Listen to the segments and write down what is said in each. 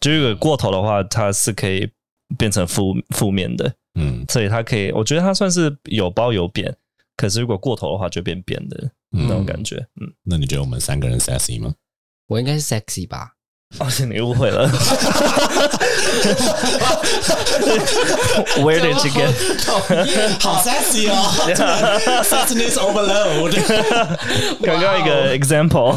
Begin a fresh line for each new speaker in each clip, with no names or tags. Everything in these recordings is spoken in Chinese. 这个过头的话，它是可以变成负负面的，
嗯
所以它可以，我觉得它算是有褒有贬。可是如果过头的话，就变扁的那种
嗯，
感觉。嗯，
那你觉得我们三个人 sexy 吗？
我应该是 sexy 吧？
抱歉，哦你误会了。Where did you get？
好 sexy 哦，sexiness overload。
刚刚一
哦
个 example，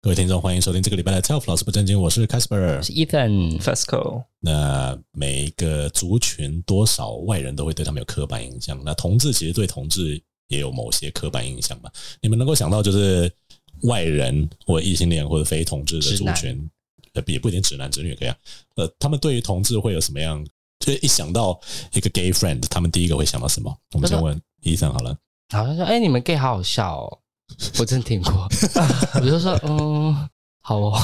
各位听众，欢迎收听这个礼拜的 Self 老师不正经，我是 Casper
我。是 Ethan，
Fesco，
那每一个族群多少外人都会对他们有刻板印象。那同志其实对同志也有某些刻板印象嘛。你们能够想到就是外人或异性恋或者非同志的
直
族
男
群，呃，也不一定直男直女也可以啊。呃，他们对于同志会有什么样？就是一想到一个 gay friend，他们第一个会想到什么？我们先问医生好了。
好像说，哎、你们 gay 好好笑哦，我真的听过， 我就说，嗯，好哦，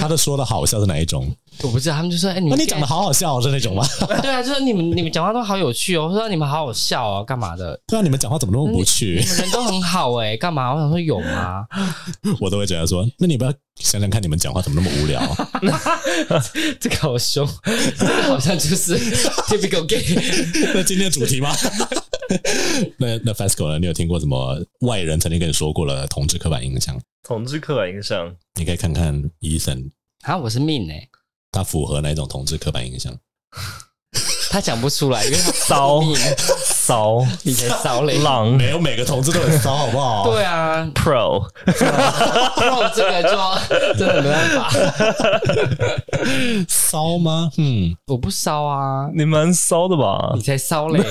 他的说的好笑是哪一种？
我不知道，他们就说，哎、你
那
们
你
gay-
长得好好笑哦是那种 吗？
对啊，就说你们你们讲话都好有趣哦，我说你们好好笑哦，干嘛的？
对啊，你们讲话怎么那么无趣
你？们人都很好哎、干嘛？我想说有吗？
我都会觉得说，那你不要想想看，你们讲话怎么那么无 聊？
这个好凶，这个好像就是 typical gay。
那今天的主题吗？ 那那 Fasco 呢？你有听过什么外人曾经跟你说过了同志刻板印象？
同志刻板印象。
你可以看看医生
啊，我是命哎、
他符合哪一种同志刻板印象？
他讲不出来，因为他
骚
命
骚
你才骚嘞。
狼
没有，每个同志都很骚，好不好
对啊，
pro，
肉这个就真的没办法，
骚吗？嗯，
我不骚啊，
你蛮骚的吧
你？才 骚嘞，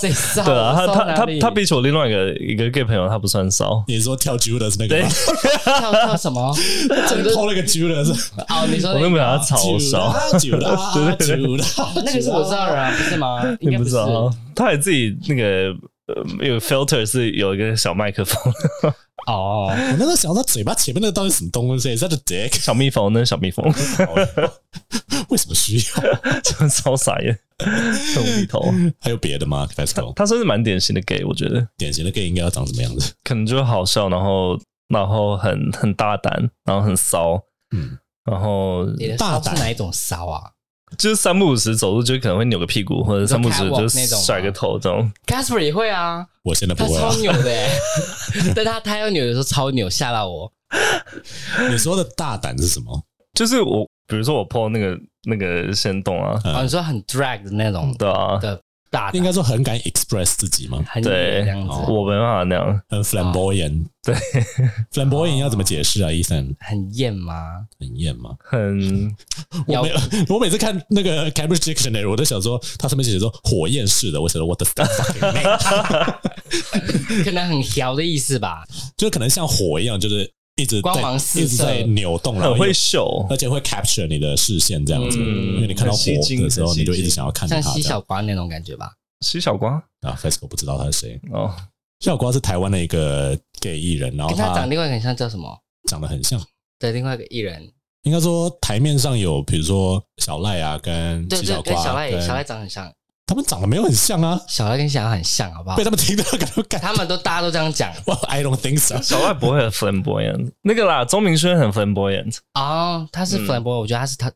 谁骚？
哦对啊，他
我
他
骚哪
他
里
他比起我另外一个一个 gay 朋友，他不算骚。
你说跳 Judas 那个吗？
跳跳什 么？
真的 偷了个 Judas，
哦，你说
我
那
跟你
个
讲，他超
啊
骚，
Judas，Judas，
对对对
Judas
那个是我知道的人啊，不是吗？应
你
该
不
是
知道，哦他也自己那个呃有 filter 是有一个小麦克风，
哦，
我那时候想到嘴巴前面那个到底是什么东西？是他的 dick？
小蜜蜂，那是小蜜蜂，
为什么需要？
真的超傻眼，很无厘头。
还有别的吗？Fasco
他算是蛮典型的 gay，我觉得
典型的 gay 应该要长什么样子？
可能就好笑，然后然后很很大胆，然后很骚，
嗯，
然后
你的
大
骚
胆
是哪一种骚啊
就是三不五时走路就可能会扭个屁股，或者三不五时
catwalk
就
那种吗
甩个头这种。
？Casper 也会啊，
我现在不
他
会啊
超。扭的欸，
啊
但他他要扭的时候超扭，吓到我。
你说的大胆是什么？
就是我，比如说我 PO 那个那个先动啊，
嗯
哦，你说很 drag 的那种
对啊，
的大
应
胆，
该说很敢 express 自己吗？
很扭
对
这样子，
哦
我没办法那样，
啊
很 flamboyant，、
对，
flamboyant 要怎么解释啊？医生
很艳吗？
很艳吗？
很
我
要
没有，我每次 看那个 Cambridge Dictionary，我都想说，它上面写说火焰式的，我想说 what the fucking name，
可能很摇的意思吧。
就可能像火一样，就是一直在
光芒四射
一直在扭动，然
很
后
会
又
秀
而，且会 capture 你的视线这样子，
嗯
因为你看
很
到火
吸睛
的时候，
很吸
你就一直
睛
想要看着
像
它
西
这样。
小瓜那种感觉吧。
西小瓜
啊，Fesco 不知道他是谁，
哦，
小瓜是台湾的一个 gay 艺人，然后
跟他
他
长另外一个很像，叫什么？
长得很像。
对，另外一个艺人，
应该说台面上有，比如说小赖啊，跟
对
七
对，
小瓜
跟
啊，
小赖
跟
小赖长得很像，
他们长得没有很像啊，
小赖跟小赖很像，好不好
被？他们听到感到感，
啊他们都大家都这样讲
哇，I don't think so。
小外不会很 flamboyant，那个啦，钟明轩很 flamboyant，
哦，他是
嗯
f l a m b o 我觉得他是他，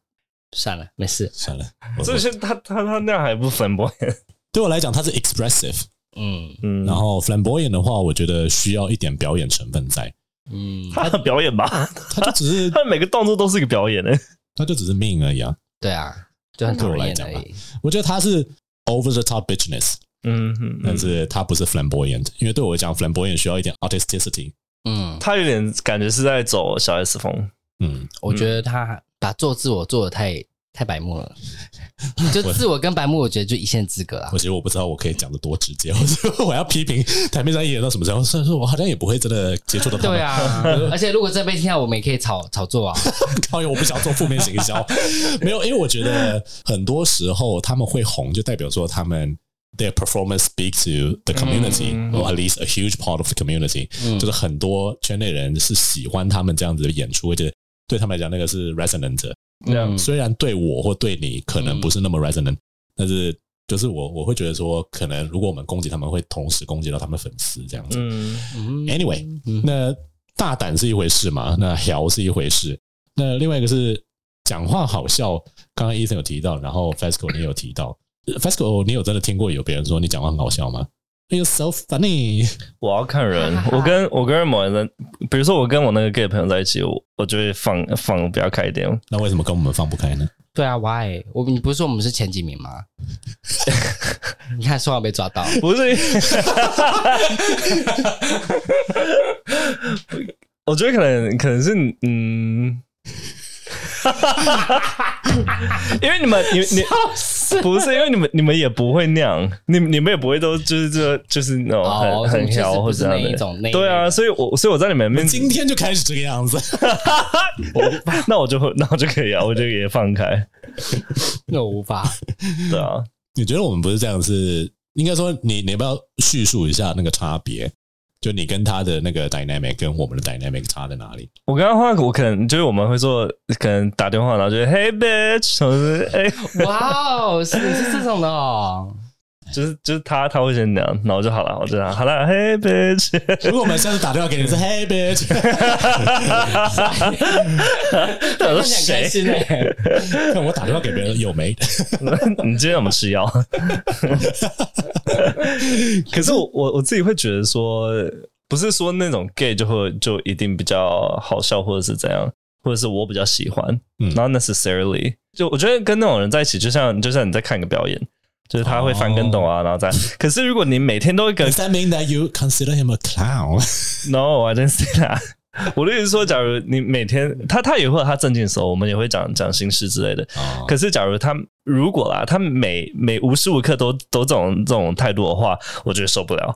算了，没事，
算了，我
这
我
些他他他那样还不 flamboyant，
对我来讲，他是 expressive，
嗯
嗯，
然后 flamboyant 的话，我觉得需要一点表演成分在，
嗯，
他的表演 吧，
他就只是
他每个动作都是一个表演欸诶，
他就只是命而已啊。
对啊，就很讨
对我来
厌
讲
而
吧
已。
我觉得他是 over the top bitchness，
嗯嗯
但
嗯，
是他不是 flamboyant，因为对我来讲，flamboyant 需要一点 artisticity。
嗯，
他有点感觉是在走小 S 风，
嗯，
我觉得他把做自我做的太太白目 了，就自我跟白目，我觉得就一线之隔啊啦
我。其实我不知道我可以讲的多直接，我说 我要批评台面上艺人到什么程度，虽然说我好像也不会真的接触到他们
对，啊， 而且如果真被听到，我们也可以炒炒作啊。
靠腰，我不想做负面行销。 没有，因为我觉得很多时候他们会红，就代表说他们 their performance speak to the community、
嗯
or at least a huge part of the community，、
嗯
就是很多圈内人是喜欢他们这样子的演出，而且对他们来讲那个是 resonant 的。
这样
嗯
虽然对我或对你可能不是那么 resonant，、但是就是我我会觉得说，可能如果我们攻击他们，会同时攻击到他们粉丝这样子。
嗯，
嗯
Anyway，
嗯
那大胆是一回事嘛，那屌是一回事，那另外一个是讲话好笑。刚刚 Ethan 有提到，然后 Fasco 你也有提到呃，Fasco 你有真的听过有别人说你讲话很好笑吗？You're so funny，
我要看人。 我跟我跟某人，比如说我跟我那个 gay 朋友在一起，我我就会放放比较开一点。
那为什么跟我们放不开呢？
对啊，Why？我你不是说我们是前几名吗？ 你看，说好被抓到，
不是，我觉得可能可能是嗯，因为你们你你不是因为你们你们也不会那样，你你们也不会都就是这就是那种很、
哦
很
就是不是
挑或者
那一种那一
对
类
啊，
的
所以我所以我在你们面前，
今天就开始这个样子，
那我就会那我就可以啊，我就也放开，
那我无法。
对啊，
你觉得我们不是这样是？应该说你你要不要叙述一下那个差别？就你跟他的那个 dynamic 跟我们的 dynamic 差在哪里？
我刚刚话我可能就是我们会说，可能打电话然后就 Hey bitch，或者是哎。
哇哦，是你是这种的哦。
就是就是他他会先那样，然后就好了，我就这样好了，嘿 bitch，
如果我们下次打电话给你是 Hey bitch，
他 说
看起来
谁？
很开心欸
看我打电话给别人 有没？
你今天有没有吃药？ 可是我我我自己会觉得说，不是说那种 gay 就会就一定比较好笑，或者是怎样，或者是我比较喜欢
嗯
，not necessarily。就我觉得跟那种人在一起，就像就像你在看个表演，就是他会翻跟斗啊，然后再。可是如果你每天都跟
Does that mean that you consider him a clown？
No, I didn't say that. 我的意思是说，假如你每天他他也会有他正经的时候，我们也会讲讲心事之类的。 可是，假如他如果啦，他每每无时无刻都都这种这种态度的话，我觉得受不 了。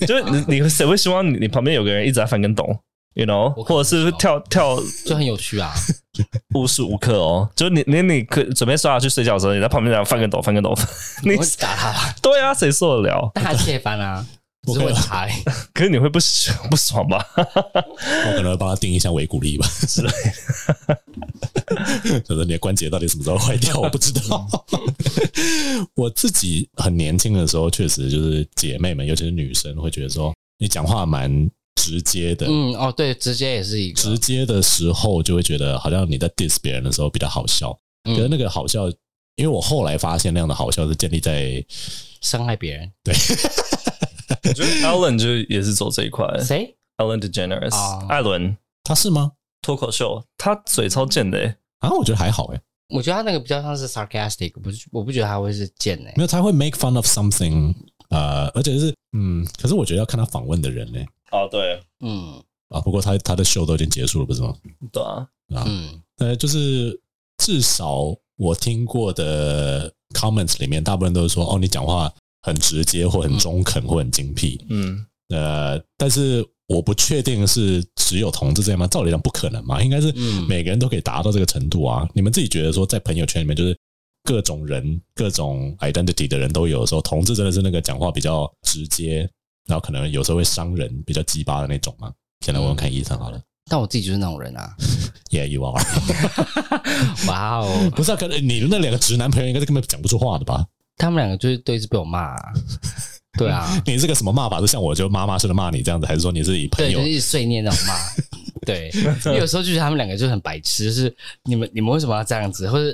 就是你你谁会希望你你旁边有个人一直在翻跟斗，you know，
我可能
或者是
会
跳跳
就很有趣啊。
无时无刻哦，就是你你你可准备刷牙去睡觉的时候，你在旁边这样翻跟斗翻跟斗， 你
我会打他吧，
对啊，谁受得了？
但他切翻啊，只是会打他而已。
可是你会不爽不爽吧？
我可能会帮他定一下维骨力吧之类的。就是你的关节到底什么时候坏掉，我不知道。我自己很年轻的时候，确实就是姐妹们，尤其是女生，会觉得说你讲话蛮直接的。
嗯，哦，对，直接也是一个
直接的时候，就会觉得好像你在 diss 别人的时候比较好笑。
嗯
可是那个好笑，因为我后来发现那样的好笑是建立在
伤害别人。
我觉得 Ellen 就也是走这一块。
谁？
Ellen DeGeneres，、
哦
艾伦
他是吗？
脱口秀，他嘴超贱的欸、
啊，我觉得还好诶、
我觉得他那个比较像是 sarcastic，不是，我不觉得他会是贱欸诶。
没有，他会 make fun of something，呃，而且是嗯，可是我觉得要看他访问的人呢、
哦，对，
嗯
啊，不过他他的秀都已经结束了，不是吗？
对啊，
啊，
嗯，
呃，就是至少我听过的 comments 里面，大部分都是说哦，你讲话很直接，或很中肯，或很精辟。
嗯，
呃，但是我不确定是只有同志这样吗？照理讲不可能嘛，应该是
嗯
每个人都可以达到这个程度啊。你们自己觉得说，在朋友圈里面，就是各种人、各种 identity 的人都有的时候，同志真的是那个讲话比较直接，然后可能有时候会伤人、比较鸡巴的那种吗？现在我问看医生好了。
但我自己就是那种人啊。
Yeah, you are.
哇哦，
不是、啊，可能你的那两个直男朋友应该是根本讲不出话的吧？
他们两个就是对一直被我骂啊。对啊，
你这个什么骂法？是像我就妈妈似的骂你这样子，还是说你是以朋
对，
友
就是一直碎念 那种骂。对，因为有时候就是他们两个就很白痴，就是你们你们为什么要这样子？或者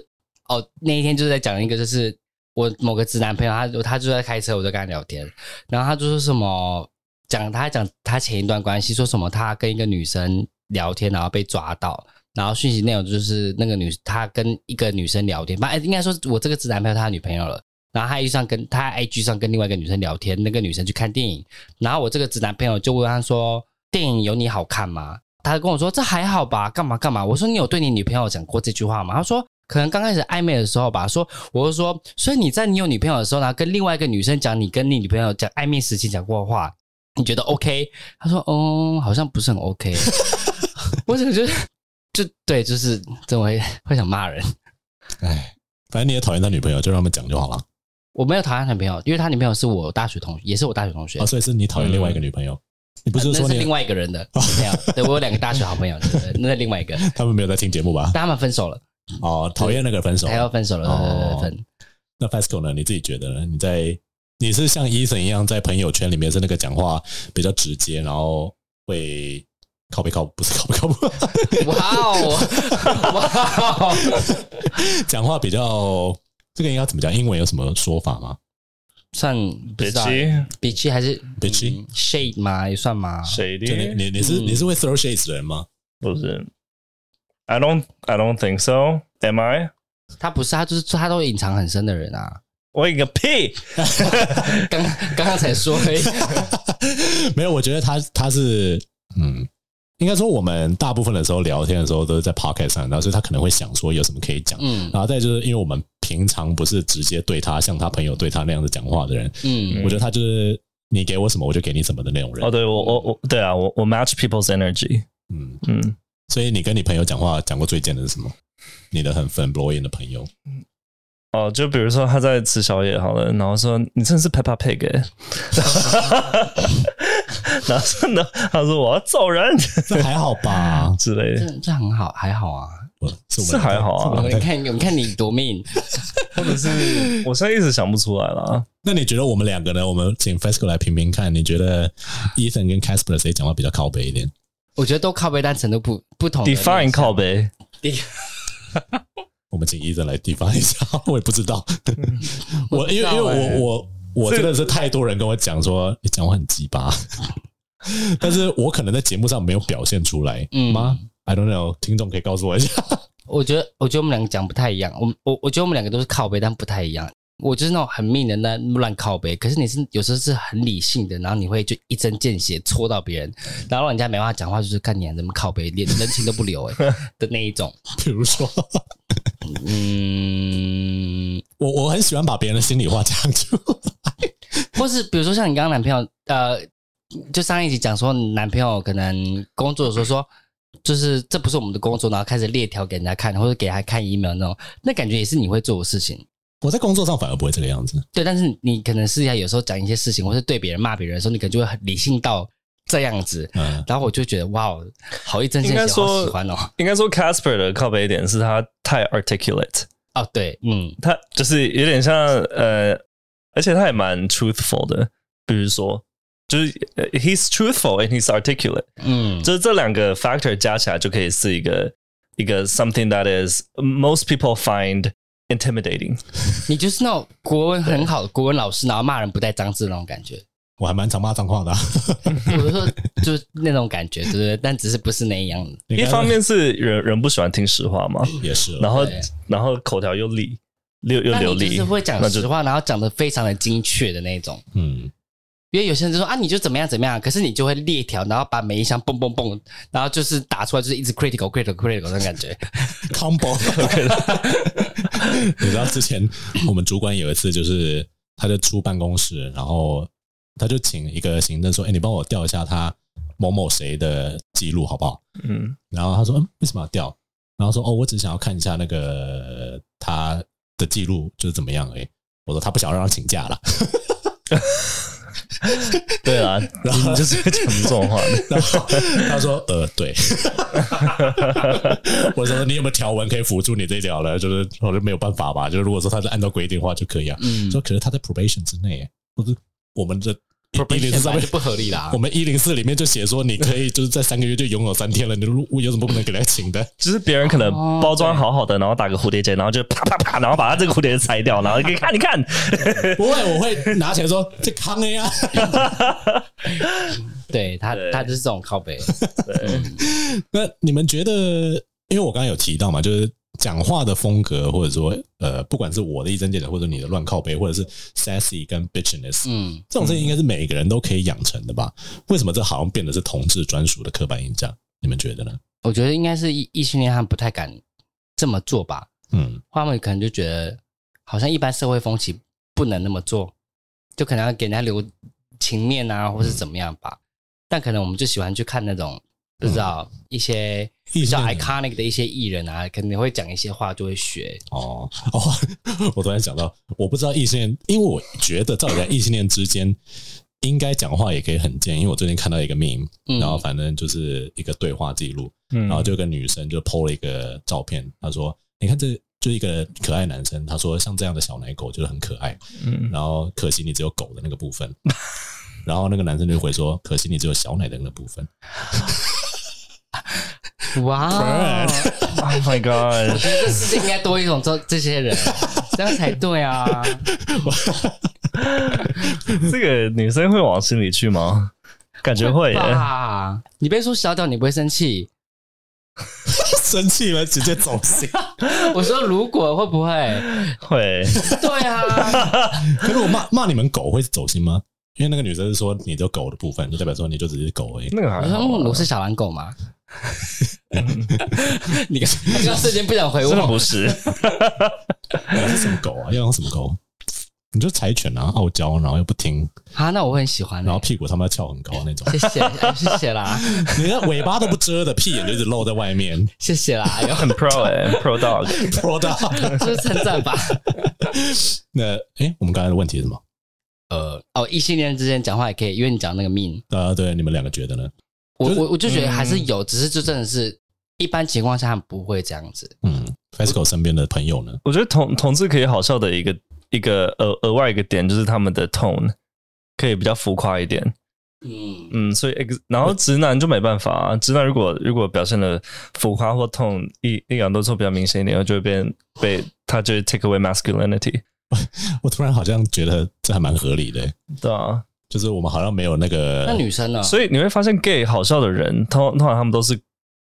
哦，那一天就是在讲一个，就是我某个直男朋友，他他就在开车，我就跟他聊天，然后他就说什么讲他讲他前一段关系，说什么他跟一个女生聊天，然后被抓到。然后讯息内容就是那个女，他跟一个女生聊天，吧，哎应该说我这个直男朋友他的女朋友了。然后他 IG 上跟他 IG 上跟另外一个女生聊天，那个女生去看电影，然后我这个直男朋友就问他说：“电影有你好看吗？”他跟我说：“这还好吧，干嘛干嘛。”我说：“你有对你女朋友讲过这句话吗？”他说：“可能刚开始暧昧的时候吧。”说：“我就说，所以你在你有女朋友的时候，然后跟另外一个女生讲你跟你女朋友讲暧昧时期讲过的话，你觉得 OK？” 他说：“嗯，好像不是很 OK。” 我怎么觉得就对，就是怎么会会想骂人？
哎，反正你也讨厌他女朋友，就让他们讲就好了
我没有讨厌他女朋友，因为他女朋友是我大学同学，也是我大学同学
啊。。所以是你讨厌另外一个女朋
嗯
友，你不是
呃那
说
是另
你
外一个人的女朋友，对我有两个大学好朋友，对对对那是另外一个。
他们没有在听节目吧？
但他们分手了，
哦，讨厌那个分手
他，要分手了，对对对对
哦
分。
那 Fasco 呢？你自己觉得呢？你在你是像 Eason 一样在朋友圈里面是那个讲话比较直接，然后会靠背靠不是靠背 靠不
哇哦，哇哦，
讲话比较这个应该怎么讲？英文有什么说法吗？
算不知道
Bitchy
比基还是
Bitchy
嗯 shade 吗？也算吗？
谁的
啊就？你你你是
嗯
你是会 throw shades 的人吗？
不是，I don't I don't think so. Am I？
他不是，他就是他都隐藏很深的人啊。
我一个屁！
刚刚刚才说，哎
没有，我觉得他他是嗯，应该说我们大部分的时候聊天的时候都是在 podcast 上，然后所以他可能会想说有什么可以讲，
嗯
然后再就是因为我们平常不是直接对他像他朋友对他那样子讲话的人，
嗯
我觉得他就是你给我什么我就给你什么的那种人
哦，，对我我我对啊，我我 match people's energy。
嗯，
嗯，
所以你跟你朋友讲话讲过最贱的是什么？你的很粉 blowing 的朋友，
哦，就比如说他在吃宵夜好了，然后说你真是 Peppa Pig，欸 然后说呢，他说我要走人
这还好吧？
之类的，
这这很好，还好啊。
我是我们
是还好啊
是我们
你看，你看你多命，
或者
嗯
是我现在一直想不出来了。
那你觉得我们两个呢？我们请 Fesco 来评评看，你觉得 Ethan 跟 Casper 谁讲话比较靠北一点？
我觉得都靠背，但程度不不同的面向。
Define 靠背，
我们请 Ethan 来 define 一下， 我也不知道。
嗯
我因为因为
欸
我我我真的是太多人跟我讲说你讲话很鸡巴， 但是我可能在节目上没有表现出来
嗯
吗？I don't know，听众可以告诉我一下。
我觉得，我觉得我们两个讲不太一样。我我我觉得我们两个都是靠背，但不太一样。我就是那种很命的那乱靠背，可是你是有时候是很理性的，然后你会就一针见血戳到别人，然后让人家没办法讲话，就是看你还怎么靠背，连人情都不留哎、 的那一种。
比如说，
嗯，
我我很喜欢把别人的心里话讲出，
或是比如说像你刚刚男朋友，呃，就上一集讲说你男朋友可能工作的时候说，就是这不是我们的工作，然后开始列条给人家看，或者给他看 email 那种，那感觉也是你会做的事情。
我在工作上反而不会这个样子。
对，但是你可能私底下有时候讲一些事情，或是对别人骂别人的时候，你可能就会很理性到这样子。
嗯，
然后我就觉得哇哦，好一针见
应该
血，好
说
喜欢哦。
应该说 Casper 的靠背一点是他太 articulate，
哦，对，嗯，
他就是有点像呃，而且他也蛮 truthful 的，比如说。就是呃 he's truthful and he's articulate，
嗯，
就是这两个 factor 加起来就可以是一个一个 something that is most people find intimidating。
你就是那种国文很好的国文老师，然后骂人不带脏字那种感觉。
我还蛮常骂脏话的啊、
我就说就是那种感觉，对不对？但只是不是那样的。
你
一
刚
方面是人人不喜欢听实话嘛，
也是啦，
然后
对
然后口条又利又又
那
流
你就
利
是，会
那
讲
就
实话，然后讲的非常的精确的那种。
嗯，
因为有些人就说啊，你就怎么样怎么样，可是你就会列条，然后把每一项蹦蹦蹦，然后就是打出来，就是一直 critical critical critical 那种 感觉。
combo。你知道之前我们主管有一次，就是他就出办公室，然后他就请一个行政说：“哎、你帮我调一下他某某谁的记录好不好
嗯，？”
然后他说：“嗯，为什么要调？”然后说：“哦，我只想要看一下那个他的记录就是怎么样而已。”我说：“他不想让他请假了。
对啊， 你就是会讲这种话的”
然后他说：“ 呃，对。” 我说：“你有没有条文可以辅助你这一条呢？就是我说没有办法吧，就是如果说他是按照规定的话就可以啊。”
嗯
说可是他在 probation 之内耶，不是我们这一零四上
本来
面
就不啊合理啦
我。们一零四里面就写说你可以就是在三个月就拥有三天了，你如有什么不能给他请 的？
就是别人可能
哦
包装好好的，然后打个蝴蝶结，然后就啪啪啪，然后把他这个蝴蝶结拆掉，然后你看你看，
不会，我会拿起来说这康 A 啊，
对他
对，
他就是这种靠背。
那你们觉得？因为我刚刚有提到嘛，就是讲话的风格，或者说呃，不管是我的一针见血，或者你的乱靠背，或者是 sassy 跟 bitchiness，、
嗯，
这种事情应该是每个人都可以养成的吧？为什么这好像变得是同志专属的刻板印象？你们觉得呢？
我觉得应该是异异性恋他们不太敢这么做吧，
嗯，
他们可能就觉得好像一般社会风气不能那么做，就可能要给人家留情面啊，或是怎么样吧。但可能我们就喜欢去看那种不知道
嗯
一些比较
异性恋
iconic 的一些艺人啊，可能会讲一些话就会学。
哦哦， 我突然想到，我不知道异性恋，因为我觉得照理来，异性恋之间应该讲话也可以很贱。因为我最近看到一个 meme，、
嗯
然后反正就是一个对话记录，
嗯
然后就有个女生就 PO 了一个照片，她说：“你看这就是一个可爱男生，他说像这样的小奶狗就是很可爱，
嗯，
然后可惜你只有狗的那个部分， 然后那个男生就回说，可惜你只有小奶的那个部分，
哇哦，
Oh my
我
god！
觉得这世界应该多一种这这些人，这样才 对啊。
这个女生会往心里去吗？感觉会耶，
吧？ 你被说小屌，你不会生气？
生气了直接走心。
我说如果会不会？
会。
对啊，
可是我骂骂你们狗会走心吗？因为那个女生是说你就狗的部分，就代表说你就只是狗 而已。
那个还
我说
好
嗯
啊，
我是小狼狗吗？你刚你刚瞬间不想回
真的
我，
不是。
那是什么狗啊？要养什么狗？你就柴犬啊，傲娇，然后又不听，
啊，那我会很喜欢的、
然后屁股他妈翘很高 那种，
谢谢，哎谢谢啦，
你那尾巴都不遮的，屁眼就一直露在外面。
谢谢啦，哎呦，
很 pro 哎、p r o dog，
说到
这是称赞吧？
那，哎、我们刚才的问题是什么？
呃，哦，异性恋之间讲话也可以，因为你讲那个命，
啊，对，你们两个觉得呢？
我
就是
我我就觉得还是嗯有，只是就真的是一般情况下他们不会这样子。
嗯 f e s c o 身边的朋友呢？
我觉得同同志可以好笑的一个一个额额外一个点就是他们的 tone 可以比较浮夸一点，
嗯，
嗯，所以 ex- 然后直男就没办法啊，直男如果如果表现的浮夸或 tone 一一两多错比较明显一点，就会变被他就会 take away masculinity，
我突然好像觉得这还蛮合理的、
对啊，
就是我们好像没有那个
那女生呢？
所以你会发现 gay 好笑的人，通通常他们都是。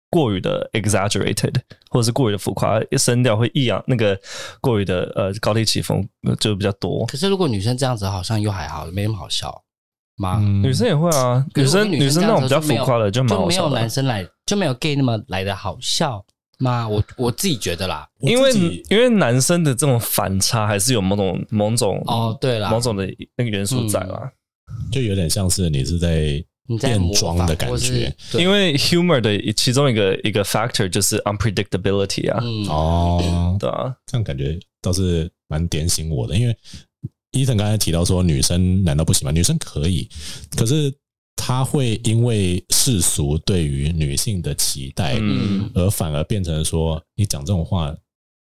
过于的 exaggerated，或者是过于的浮夸，声调会抑扬那个过于的呃高低起伏呃就比较多。
可是如果女生这样子，好像又还好，没那么好笑吗？
嗯
女生也会啊，
可
女
是我
生
跟女
生那
这样
种比
子
较浮夸的
就没
蛮
有
好
没有
笑的啊
男，生来就没有 gay 那么来的好笑吗？我我自己觉得啦。
我
因为
自己
因为男生的这种反差还是有某种某种
哦，对啦，
某种的那个元素在啦，
就有点像是你是在
你在模
变装
仿
的感
或是
觉
对
因为 humor 的其中一个一个 factor 就是 unpredictability 啊，
嗯
哦，
对啊，
这样感觉倒是蛮点醒我的，因为伊藤刚才提到说女生难道不行吗？女生可以，可是她会因为世俗对于女性的期待，
嗯
嗯，
而反而变成说你讲这种话，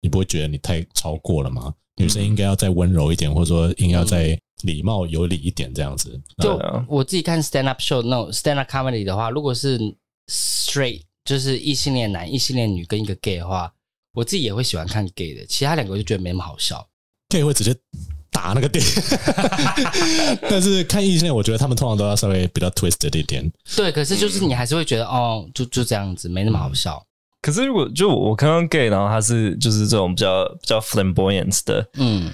你不会觉得你太超过了吗？女生应该要再温柔一点，或者说应该要再礼貌有礼一点这样子。
就
对啊
我自己看 stand up show 那种 stand up comedy 的话，如果是 straight 就是异性恋男、异性恋女跟一个 gay 的话，我自己也会喜欢看 gay 的，其他两个我就觉得没那么好笑。
gay 会直接打那个点， 但是看异性恋，我觉得他们通常都要稍微比较 twisted 一点。
对，可是就是
嗯
你还是会觉得、哦，就就这样子，没那么好笑。
可是如果就我看到 gay，然后他是就是这种比较比较 flamboyant 的
嗯，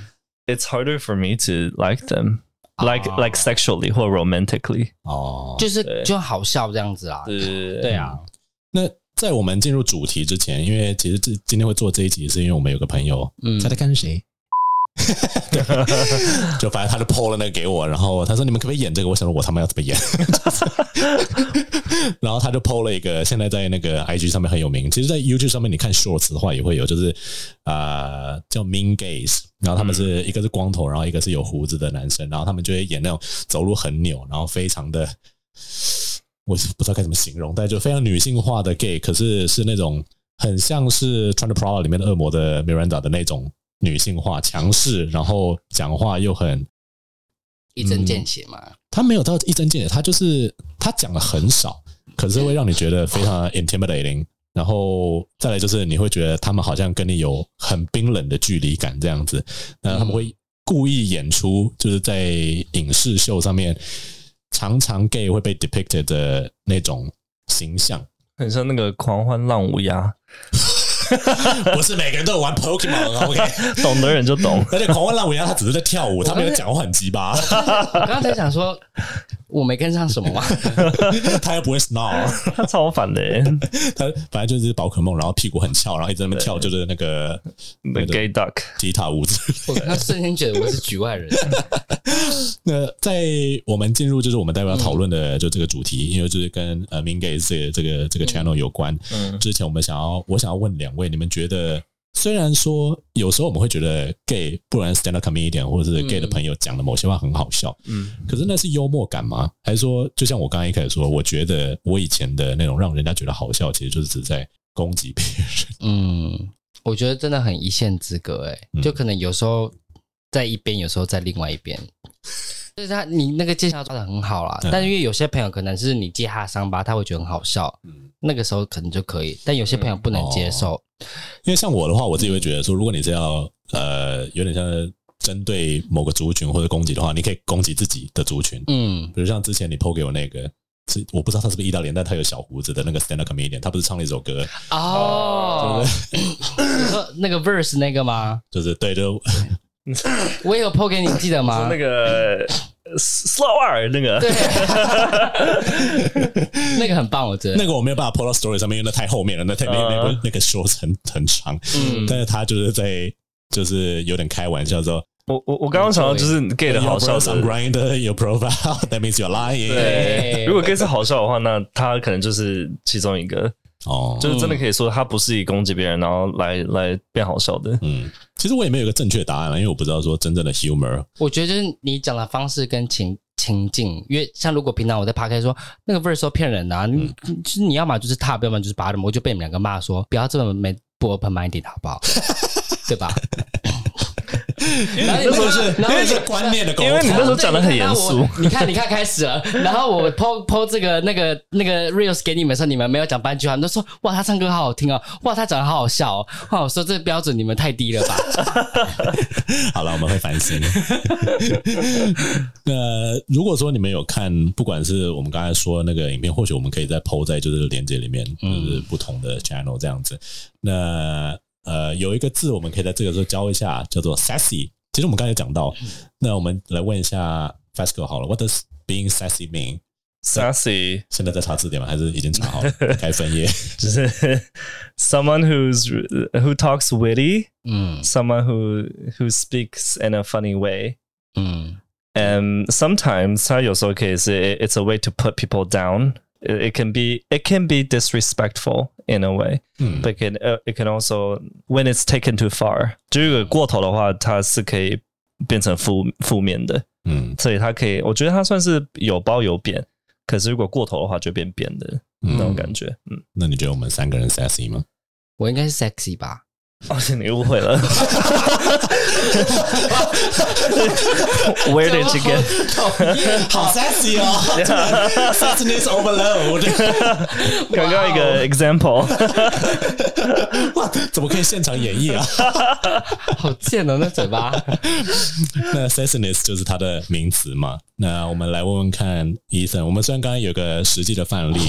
，it's harder for me to like them。Like
哦
like sexually 或 romantically，
哦，
就是
对
就好笑这样子啦。
对
对啊，
那在我们进入主题之前，因为其实这今天会做这一集，是因为我们有个朋友，
嗯
猜猜看是谁？ 就反正他就 PO 了那个给我，然后他说你们可不可以演这个？我想说我他妈要怎么演？ 然后他就 PO 了一个，现在在那个 IG 上面很有名，其实，在 YouTube 上面你看 Shorts 的话也会有，就是呃叫 Mean Gays，然后他们是、一个是光头，然后一个是有胡子的男生，然后他们就会演那种走路很扭，然后非常的。我是不知道该怎么形容，但就非常女性化的 gay，可是是那种很像是《穿着 Prada》里面的恶魔的 Miranda 的那种女性化、强势，然后讲话又很，
一针见
嗯
血嘛。
她没有到一针见血，她就是她讲的很少，可是会让你觉得非常 intimidating。然后再来就是你会觉得他们好像跟你有很冰冷的距离感这样子，那他们会故意演出就是在影视秀上面常常 gay 会被 depicted 的那种形象。
很像那个狂欢浪舞 鸭，
不是每个人都有玩 Pokemon，OK？、
懂的人就懂。
而且狂欢浪舞一样，他只是在跳舞，他没有讲话很鸡巴，
我刚才想说，我没跟上什么嘛。
他又不会 snore，
他超烦的耶，
他反正就是宝可梦，然后屁股很翘，然后一直在那边跳，就是那个
那
对
gay duck，
吉他舞之
我刚刚瞬间觉得我是局外人。
那在我们进入就是我们待会要讨论的就这个主题，因为就是跟呃 Mean Gays 这个这个这个 channel 有关。
嗯
之前我们想要我想要问两位，你们觉得虽然说有时候我们会觉得 gay 不然 stand up comedian 或者是 gay 的朋友讲的某些话很好笑，
嗯，
可是那是幽默感吗？还是说就像我刚刚一开始说，我觉得我以前的那种让人家觉得好笑，其实就是只在攻击别人。
嗯，我觉得真的很一线之隔、欸，哎、
嗯
就可能有时候在一边，有时候在另外一边。就是他，你那个介绍做的很好啦，
嗯
但是因为有些朋友可能是你揭他的伤疤，他会觉得很好笑，
嗯
那个时候可能就可以，但有些朋友不能接受，
因为像我的话，我自己会觉得说，如果你是要呃，有点像是针对某个族群或者攻击的话，你可以攻击自己的族群，
嗯
比如像之前你 PO 给我那个。是我不知道他是不是意大利人，但他有小胡子的那个 stand up comedian，他不是唱了一首歌，
哦
哦，
你说那个 verse 那个吗？
就是对，就
我也有 PO 给你，记 得吗？
那个 slow 二那个，
对， 那个很棒，我觉得
那。个我没有办法 PO 到 story 上面，因为那太后面了，那太那那
嗯
个那个 show 很很长，
嗯，
但是他就是在就是有点开玩笑说
我我我刚刚想到就是 gay 的好笑
Your brows are
的，
grinder, your profile, that means you're lying。
对
对，
如果 gay 是好笑的话，那他可能就是其中一个，
哦，
就是真的可以说他不是以攻击别人，然后来来变好笑的。
嗯，其实我也没有一个正确答案啊了，因为我不知道说真正的 humor
我觉得就是你讲的方式跟情情境，因为像如果平常我在 p a 说那个 verse 说骗人的、啊，
嗯
你就是你要么就是踏，要么就是拔的，我就被你们两个骂说不要这么没不 open minded 好不好？对吧？然
哎
后你们就然后
因为
你
是观念的沟通
因
啊
为你 那时候讲得很严肃
然后对 你看到我你看，你看开始了。然后我 PO PO 这个那个那个 reels 给你们的时候，你们没有讲半句话，你都说哇他唱歌好好听哦，哇他长得好好笑哦，哇我说这标准你们太低了吧？
好了，我们会反省。 那如果说你们有看，不管是我们刚才说那个影片，或许我们可以再 PO 在就是连接里面，就
嗯
是不同的 channel 这样子。那呃，有一个字我们可以在这个时候教一下，叫做 sassy。其实我们刚才讲到，那我们来问一下 Fasco 好了，What does being sassy mean？
Sassy
现在在查字典吗？还是已经查好了？开分页。
就是 someone who's who talks witty,
嗯
someone who who speaks in a funny way.
嗯。
And sometimes 它有时候可以是 it's a way to put people down. It it can be it can be disrespectful in a way.
嗯
but can uh, it can also when it's taken too far，就是如果过头的话，它是可以变成负负面的，
嗯
所以它可以，我觉得它算是有褒有贬，可是如果过头的话，就变扁的那种感觉。嗯，
那你觉得我们三个人 sassy 吗？
我应该是 sexy 吧？
而且哦你误会了，Where did you get？
好 sassy 哦，sassiness overload。
刚刚一个 example，
哇，怎么可以现场演绎啊？
好贱哦，那嘴巴。
那 sassiness 就是它的名词嘛。那我们来问问看，Ethan，我们虽然刚刚有个实际的范例，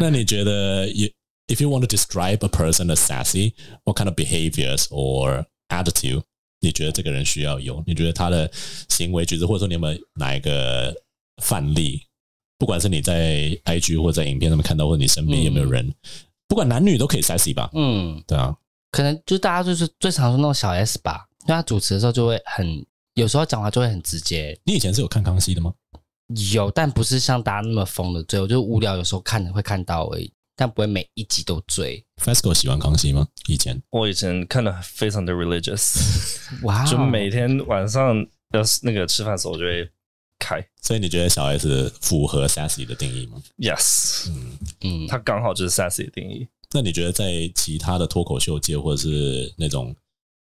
那你觉得，you- if you want to describe a person as sassy, what kind of behaviors or attitude 你觉得这个人需要有？你觉得他的行为举止，或者说你有没有哪一个范例？不管是你在 IG 或者在影片上面看到，或者你身边有没有人，不管男女都可以 sassy 吧？
嗯，
对啊，
可能就大家就是最常说那种小 S 吧，因为他主持的时候就会很，有时候讲话就会很直接。
你以前是有看康熙的吗？
有，但不是像大家那么疯的追，我就无聊，有时候看会看到而已，但不会每一集都追。
Fasco 喜欢康熙吗？以前
我以前看的非常的 religious，
哇哦，
就每天晚上要是那个吃饭的时候，我就会开
所以你觉得小 S 符合 sassy 的定义吗？
yes。
嗯，
它刚好就是 sassy 的定义。
那你觉得在其他的脱口秀界或者是那种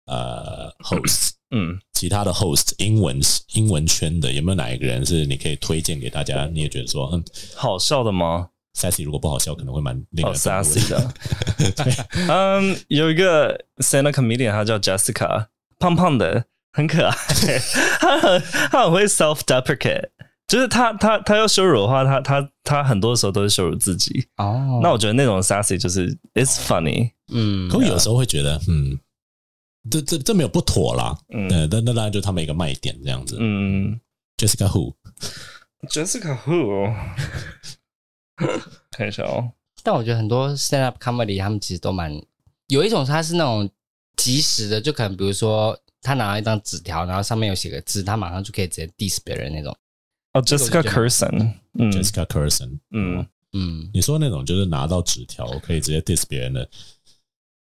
呃 host
嗯，
其他的 host 英文英文圈的有没有哪一个人是你可以推荐给大家？你也觉得说嗯
好笑的吗？
，sassy 如果不好笑可能会蛮令
哦
人愤怒
，sassy 的。嗯，有一个 stand up comedian，她叫 Jessica，胖胖的，很可爱。 她很她很会 self deprecate，就是她她她要羞辱的话，她她她很多时候都是羞辱自己。
哦，
那我觉得那种 sassy 就是 it's funny。
嗯
可我有时候会觉得嗯，这这这没有不妥啦，
嗯
呃，但那当然就他们一个卖点这样子。
嗯
Jessica Who，
，Jessica Who，看一下哦。
但我觉得很多 stand up comedy 他们其实都蛮有一种，他是那种及时的，就可能比如说他拿了一张纸条，然后上面有写个字，他马上就可以直接 diss 别人那种。
哦
这个我
，Jessica
就觉得
Curson，嗯
Jessica Carson，
嗯，
嗯
你说那种就是拿到纸 条可以直接 diss 别人的，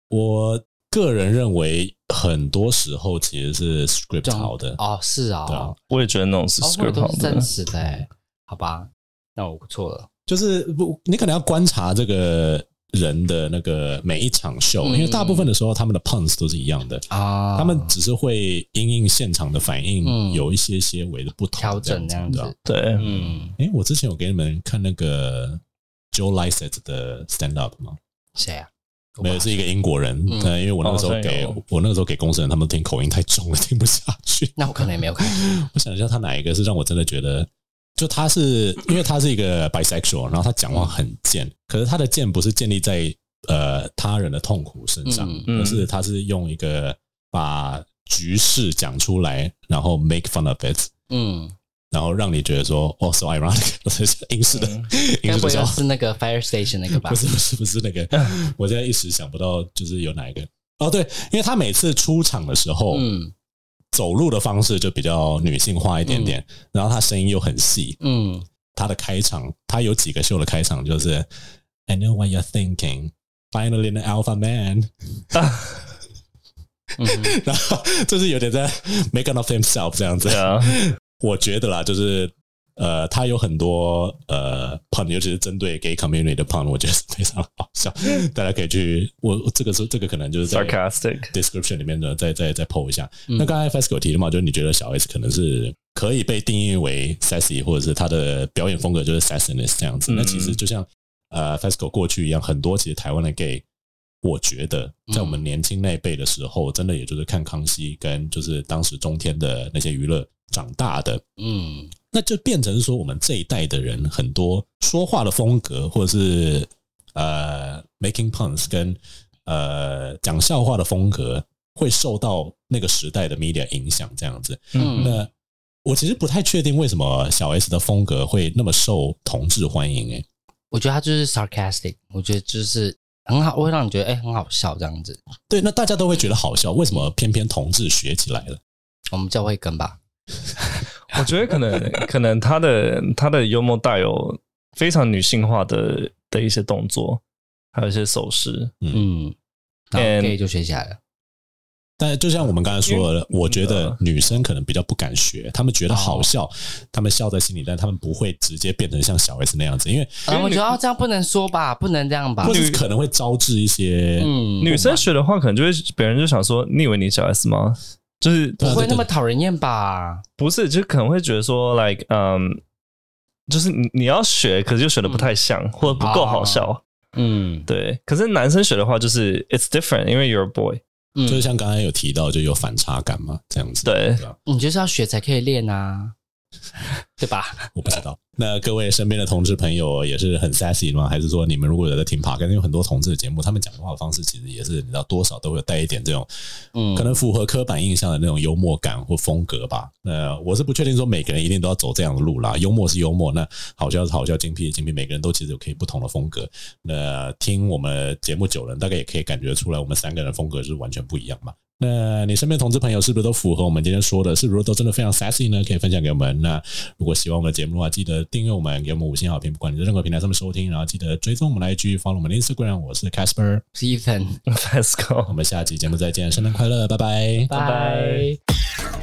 我个人认为很多时候其实是 script
这种
好的，
哦，是啊、
对啊
哦，
我也觉得那种是
哦，我
script
都
好
是
的
真。实的、欸，好吧，那我错了。
就是不你可能要观察这个人的那个每一场秀，
嗯
因为大部分的时候他们的 puns 都是一样的，
啊，
他们只是会因应现场的反应
嗯
有一些些微的不同
调整
这
那
样
样
子
子
对啊。
对，
嗯，
哎，我之前有给你们看那个 Joe Lysett 的 stand up 吗？
谁啊？
没有，是一个英国人。
嗯
呃，因为我那个时候
哦好像
给
有
我那个时候给公司人，他们听口音太重了，听不下去。
那我可能也没有看。
我想一下，他哪一个是让我真的觉得，就他是因为他是一个 bisexual，然后哦他讲话很贱，可是他的贱不是建立在呃他人的痛苦身上，
嗯
嗯
而是啊他是用一个把局势讲出来，然后 make fun of it，
嗯，
然后让你觉得说哦，so ironic，英 式的、
嗯
英式
该不
的
会
笑
又
话。
是那个 Fire Station 那个吧
不？是不是不是那 个，我现在一时想不到，就是有哪一个哦，对，因为他每次出场的时候，
嗯
走路的方式就比较女性化一点点，然后他声音又很细，
嗯，
他的开场，他有几个秀的开场就是 I know what you're thinking。Finally, an alpha man，
嗯哼
然后就是有点在 make of himself 这样子
对。 啊，
我觉得啦，就是呃，他有很多呃 pun，尤其是针对 gay community 的 pun，我觉得是非常好笑。
嗯
大家可以去，我这个是这个可能就是在
sarcastic，
description 里面呢，再再再 PO 一下。
嗯
那刚才 Fesco 有提的嘛，就是你觉得小 S 可能是可以被定义为 sassy，或者是他的表演风格就是 sassiness 这样子。
嗯
那其实就像呃 Fesco 过去一样，很多其实台湾的 gay，我觉得在我们年轻那一辈的时候，真的也就是看康熙跟就是当时中天的那些娱乐长大的，
嗯
那就变成说我们这一代的人很多说话的风格，或者是呃 making puns 跟呃讲笑话的风格，会受到那个时代的 media 影响，这样子。
嗯
那我其实不太确定为什么小 S 的风格会那么受同志欢迎、欸，
我觉得他就是 sarcastic，我觉得就是很好，会让你觉得哎、很好笑这样子。
对，那大家都会觉得好笑，为什么偏偏同志学起来了？
我们教会跟吧，
我觉得可能可能他的他的幽默带有非常女性化的的一些动作，还有一些手势，
嗯，然后
And-
gay 就学起来了。
但就像我们刚才说的，我觉得女生可能比较不敢学，她们觉得好笑，她们笑在心里，但她们不会直接变成像小 S 那样子，因为
然后我觉得、啊、这样不能说吧，不能这样吧
或。者是可能会招致一些，
啊嗯，
女生学的话，可能就会别人就想说，你以为你小 S 吗？就是
对
不
啊
会
对
那么
对
讨人厌吧？
不是，就可能会觉得说，like，嗯，就是你你要学，可是就学的不太像，或者不够好笑。
嗯，
对，可是男生学的话，就是 it's different，因为 you're a boy。
嗯
就是像刚才有提到，就有反差感嘛，这样子。
对
吧
你就是要学才可以练啊，对吧？
我不知道。那各位身边的同志朋友也是很 sassy 吗？还是说你们如果有在听 p o d 因为很多同志的节目，他们讲话的方式其实也是你知道多少都会有带一点这种
嗯，
可能符合刻板印象的那种幽默感或风格吧。那我是不确定说每个人一定都要走这样的路啦。幽默是幽默，那好笑是好笑，精辟是精辟，每个人都其实有可以不同的风格。那听我们节目久了，大概也可以感觉出来，我们三个人的风格是完全不一样嘛。那你身边的同志朋友是不是都符合我们今天说的？是不是都真的非常 sassy 呢？可以分享给我们。那如果喜欢我们的节目的话，记得订阅我们，给我们五星好评，不管你在任何平台上面收听，然后记得追踪我们来 IG follow 我们的 Instagram。我是 Casper，
是 Ethan，
Let's
我
go，
们下期节目再见，圣诞快乐，拜拜。
拜拜。